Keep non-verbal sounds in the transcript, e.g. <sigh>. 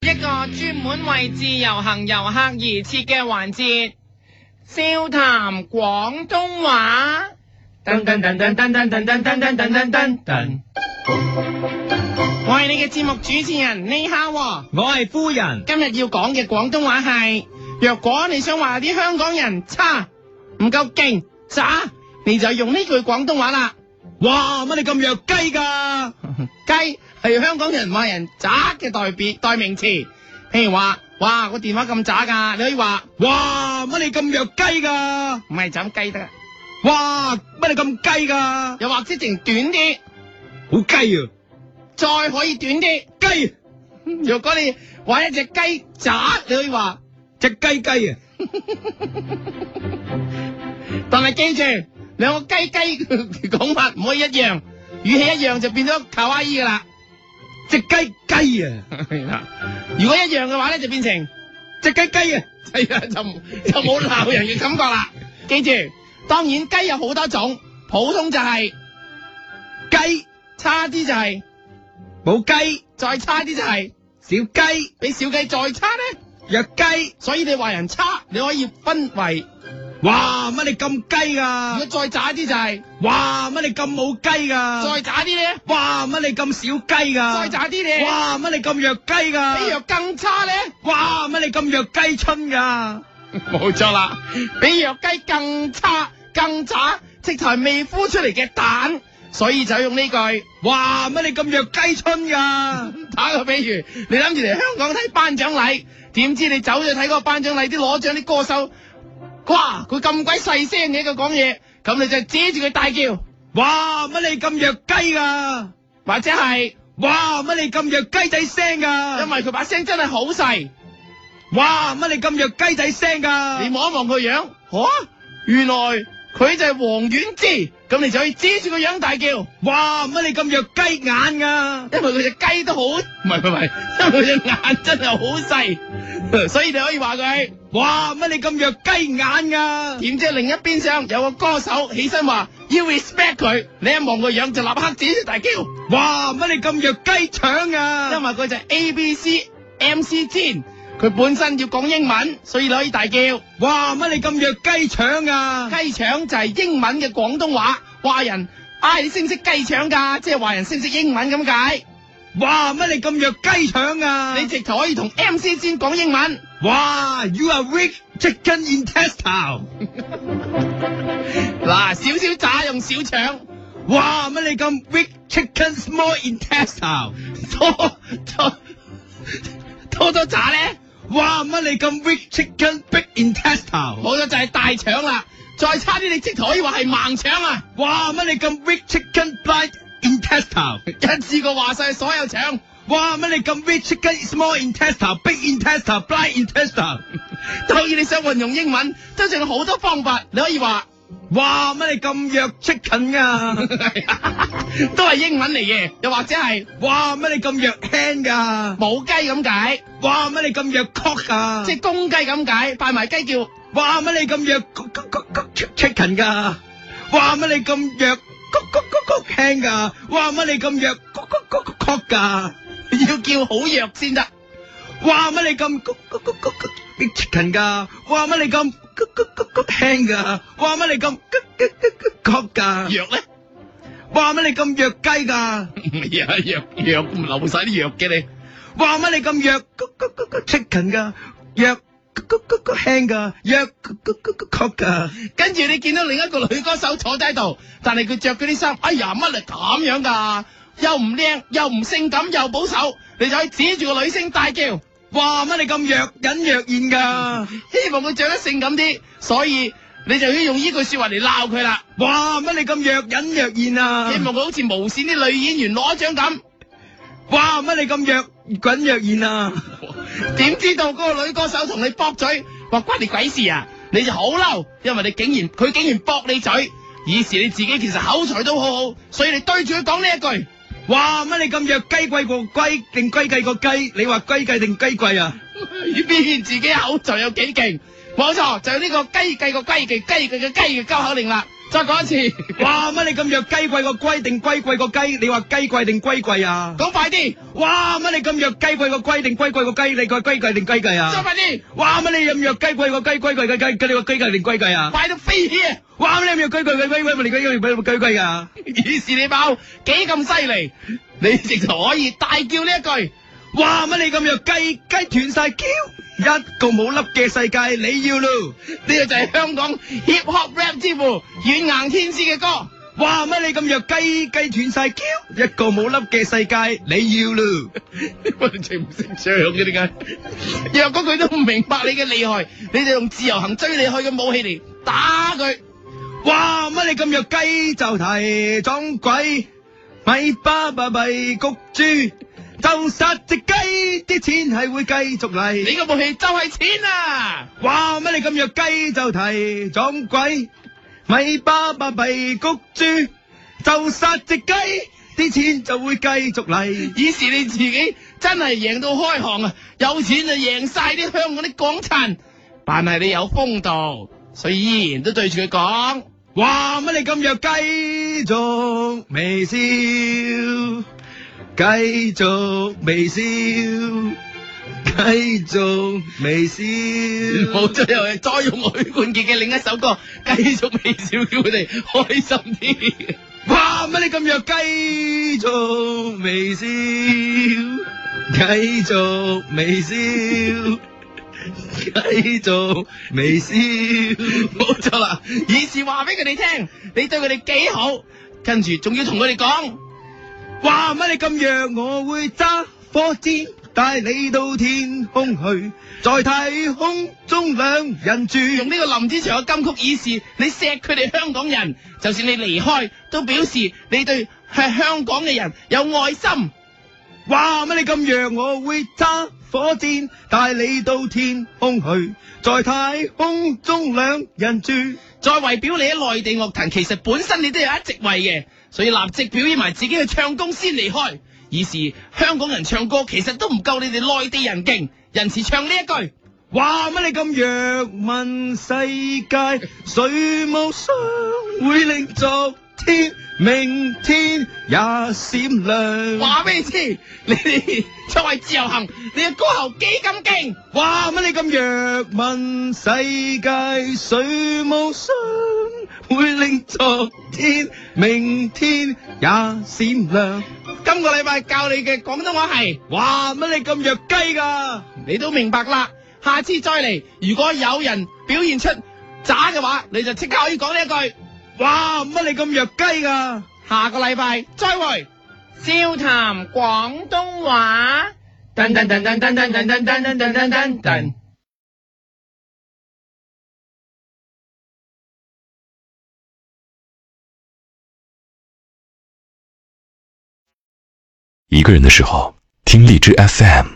一個專門為自由行遊客而設嘅環節，笑談廣東話。噔噔噔噔噔噔噔噔噔噔噔噔噔，我係你嘅節目主持人呢哈喎，我係夫人，今日要講嘅廣東話係，若果你想話啲香港人差、唔夠勁、渣，你就用呢句廣東話啦。哇乜你咁弱雞㗎？雞係香港人話人渣嘅代別代名詞，譬如話，哇個電話咁渣㗎，你可以話哇乜你咁弱雞㗎？唔係就咁雞得㗎，哇乜你咁雞㗎？又或者淨短啲，好雞啊，再可以短啲。雞若果你玩一隻雞渣，你可以話， <laughs> 只雞雞啊，但係記住兩個雞雞嘅講法唔可以一樣，語氣一樣就變咗卡哇伊㗎啦。 <laughs> 只雞雞啊，係啦，如果一樣嘅話咧，就變成 <laughs> 只雞雞啊，係啦，就唔就冇鬧人嘅感覺啦。記住，當然雞有好多種，普通就係、雞，差啲就係、冇雞，再差啲就係、小雞，比小雞再差咧。弱雞。所以你話人差，你可以分為哇乜你咁雞如果㗎？再渣啲就係、哇乜你咁冇雞㗎？再渣啲咧，哇乜你咁少雞㗎？再渣啲咧，哇！乜你咁弱雞㗎？比藥更差咧。哇！乜你咁弱雞春㗎？ <laughs> 冇錯啦，比弱雞更差、更渣，直頭係未孵出嚟嘅蛋，所以就用呢句。哇！乜你咁弱雞春㗎？打個比喻，你諗住嚟香港睇頒獎禮，點知你走咗睇嗰個頒獎禮啲攞獎啲歌手，哇！佢咁鬼細聲嘅佢講嘢，咁你就指住佢大叫，哇！乜你咁弱雞㗎？或者係哇！乜你咁弱雞仔聲因㗎？為佢把聲真係好細，哇！乜你咁弱雞仔聲你㗎？望一望佢樣，吓、原來佢就係黃婉之，咁你就可以指住個樣大叫，因哇！乜你咁弱雞眼㗎？為佢隻雞都好，唔係唔係唔係，因為佢隻眼真係好細，所以你可以話佢。哇！乜你咁弱雞眼㗎？點知另一邊上有個歌手起身話要 respect 佢，你一望個樣就立刻指住大叫，因哇！乜你咁弱雞腸㗎？為佢就係 A B C M C Jin，佢本身要講英文，所以你可以大叫雞哇！乜你咁弱雞腸㗎？腸就係英文嘅廣東話，話人唉、你識唔識雞腸㗎？即係話人識唔識英文咁解，哇！乜你咁弱雞腸㗎？你直頭可以同 M C Jin 講英文，哇！You are weak chicken intestine。嗱少少渣用小腸，哇！乜你咁 weak chicken small intestine？多多多多渣咧。哇！乜你咁 weak chicken big intestine？冇咗就係大腸啦，再差啲你即可以話係盲腸啊！哇！乜你咁 weak chicken blind intestine？一次過話晒所有腸，哇！乜你咁 weak chicken small intestine big intestine blind intestine？當然你想運用英文，都仲有好多方法，你可以話哇！乜你咁弱 chicken 啊？都係英文嚟嘅，又或者係哇！乜你咁弱 hand 噶？母雞咁解，哇！乜你咁弱 cock 噶即？係公雞咁解，拜埋雞叫哇！乜你咁弱 chicken 噶？哇！乜你咁弱 hand 噶？哇！乜你咁弱 cock 噶？要叫好弱先得，哇！乜你咁 chicken 噶？哇！乜你咁 hand 噶？哇！乜你咁 cock 噶？弱咧哇！乜你咁弱雞噶？唔係啊，弱弱流晒啲弱嘅你，哇！乜你咁弱 chicken 噶？弱 hand 噶？弱 cock 噶？跟住你見到另一個女歌手坐低喺度，但係佢着嗰啲衫，哎呀乜嚟咁樣㗎？又唔靚，又唔性感，又保守，你就可以指住個女星大叫。哇！乜你咁弱隱若現噶？希望佢着得性感啲，所以你就要用呢句说話嚟鬧佢啦。哇！乜你咁若隱若現啊？希望佢好似無線啲女演員攞獎咁。哇！乜你咁若滾若現啊？點知道嗰個女歌手同你駁嘴，話關你鬼事啊！你就好嬲，因為你竟然佢竟然駁你嘴，以示你自己其實口才都好好，所以你對住佢講呢一句。哇！乜你咁若雞貴過雞定雞貴過雞？你話雞貴定雞貴啊？ <laughs> 要表現自己口才有幾勁。冇錯，就係呢個雞計個雞嘅雞嘅嘅雞嘅交口令啦。再講一 <laughs> 次，哇乜你咁弱雞貴過龜定龜貴過雞？你話雞貴定龜貴啊？講快啲，哇乜你咁弱雞貴過龜定龜貴過雞？你個龜貴定雞貴再啊？快啲，哇乜你咁弱雞貴過雞龜貴過雞？你個雞貴定龜貴啊？快到飛起啊！哇乜你咁弱雞貴貴貴貴你雞貴貴貴啊？以是你爆幾咁犀利，你直頭可以大叫呢一句。哇！乜你咁弱雞雞斷晒 Q，一個冇粒嘅世界你要咯。呢個就係香港 hip hop rap 之父軟硬天師嘅歌。哇！乜你咁弱雞雞斷晒 Q，一個冇粒嘅世界你要咯。我哋全唔識唱嘅點解？若果佢都唔明白你嘅厲害，你就用自由行追你去嘅武器嚟打佢。哇！乜你咁弱雞就提撞鬼，咪巴巴咪焗住，就殺隻雞，啲錢係會繼續嚟。你個武器就係錢啊！哇！乜你咁弱雞就提撞鬼，咪巴巴閉谷豬，就殺只雞，啲錢就會繼續嚟。以是你自己真係贏到開行啊！有錢就贏晒啲香港啲港產，但係你有風度，所以依然都對住佢講。哇！乜你咁弱雞，續微笑，繼續微笑，繼續微笑。嗯冇最後，再用許冠傑嘅另一首歌，繼續微笑，叫佢哋開心啲。哇！乜你咁弱雞，續微笑，繼續微笑。繼續微笑，冇錯啦，以是話俾佢哋聽，你對佢哋幾好，跟住仲要同佢哋講，哇！乜你咁弱，我會揸火箭帶你到天空去，在太空中兩人住。用呢個林子祥嘅金曲以是，你錫佢哋香港人，就算你離開，都表示你對係香港嘅人有愛心。哇！乜你咁弱，我會揸火箭帶你到天空去，在太空中兩人住。再為表你喺內地樂壇，其實本身你都有一席位嘅，所以立即表演埋自己嘅唱功先離開。以是香港人唱歌其實都唔夠你哋內地人勁，人時唱呢一句。哇！乜你咁弱，問世界，誰無雙會令昨天、明天也閃亮？話俾你知，你哋 <laughs> 作為自由行，你嘅歌喉幾咁勁，哇！乜你咁弱？問世界水無雙，會令昨天、明天也閃亮。今個禮拜教你嘅廣東話係，哇！乜你咁弱雞㗎？你都明白啦。下次再嚟，如果有人表現出渣嘅話，你就即刻可以講呢一句。哇！乜你咁弱雞㗎？下個禮拜再會，笑談廣東話。噔噔噔噔噔噔噔噔噔噔噔噔噔。一个人的时候，听荔枝 FM。